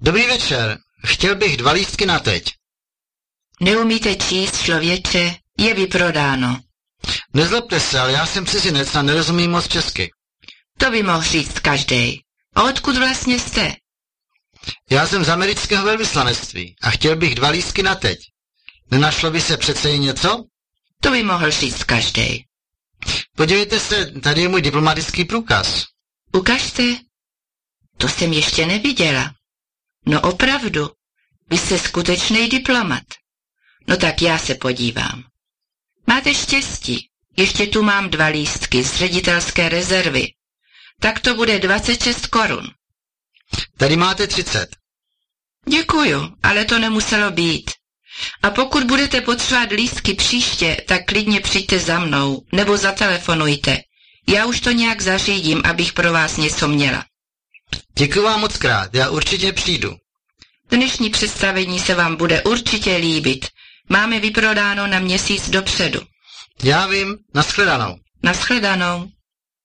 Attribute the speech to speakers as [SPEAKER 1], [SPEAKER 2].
[SPEAKER 1] Dobrý večer, chtěl bych dva lístky na teď.
[SPEAKER 2] Neumíte číst, člověče, je vyprodáno.
[SPEAKER 1] Nezlobte se, ale já jsem cizinec a nerozumím moc česky.
[SPEAKER 2] To by mohl říct každý. A odkud vlastně jste?
[SPEAKER 1] Já jsem z amerického velvyslanectví a chtěl bych dva lístky na teď. Nenašlo by se přece i něco?
[SPEAKER 2] To by mohl říct každý.
[SPEAKER 1] Podívejte se, tady je můj diplomatický průkaz.
[SPEAKER 2] Ukažte. To jsem ještě neviděla. No opravdu, vy jste skutečný diplomat. No tak já se podívám. Máte štěstí, ještě tu mám dva lístky z ředitelské rezervy. Tak to bude 26 korun.
[SPEAKER 1] Tady máte 30.
[SPEAKER 2] Děkuju, ale to nemuselo být. A pokud budete potřebovat lístky příště, tak klidně přijďte za mnou nebo zatelefonujte. Já už to nějak zařídím, abych pro vás něco měla.
[SPEAKER 1] Děkuji vám moc krát, já určitě přijdu.
[SPEAKER 2] Dnešní představení se vám bude určitě líbit. Máme vyprodáno na měsíc dopředu.
[SPEAKER 1] Já vím, nashledanou.
[SPEAKER 2] Naschledanou.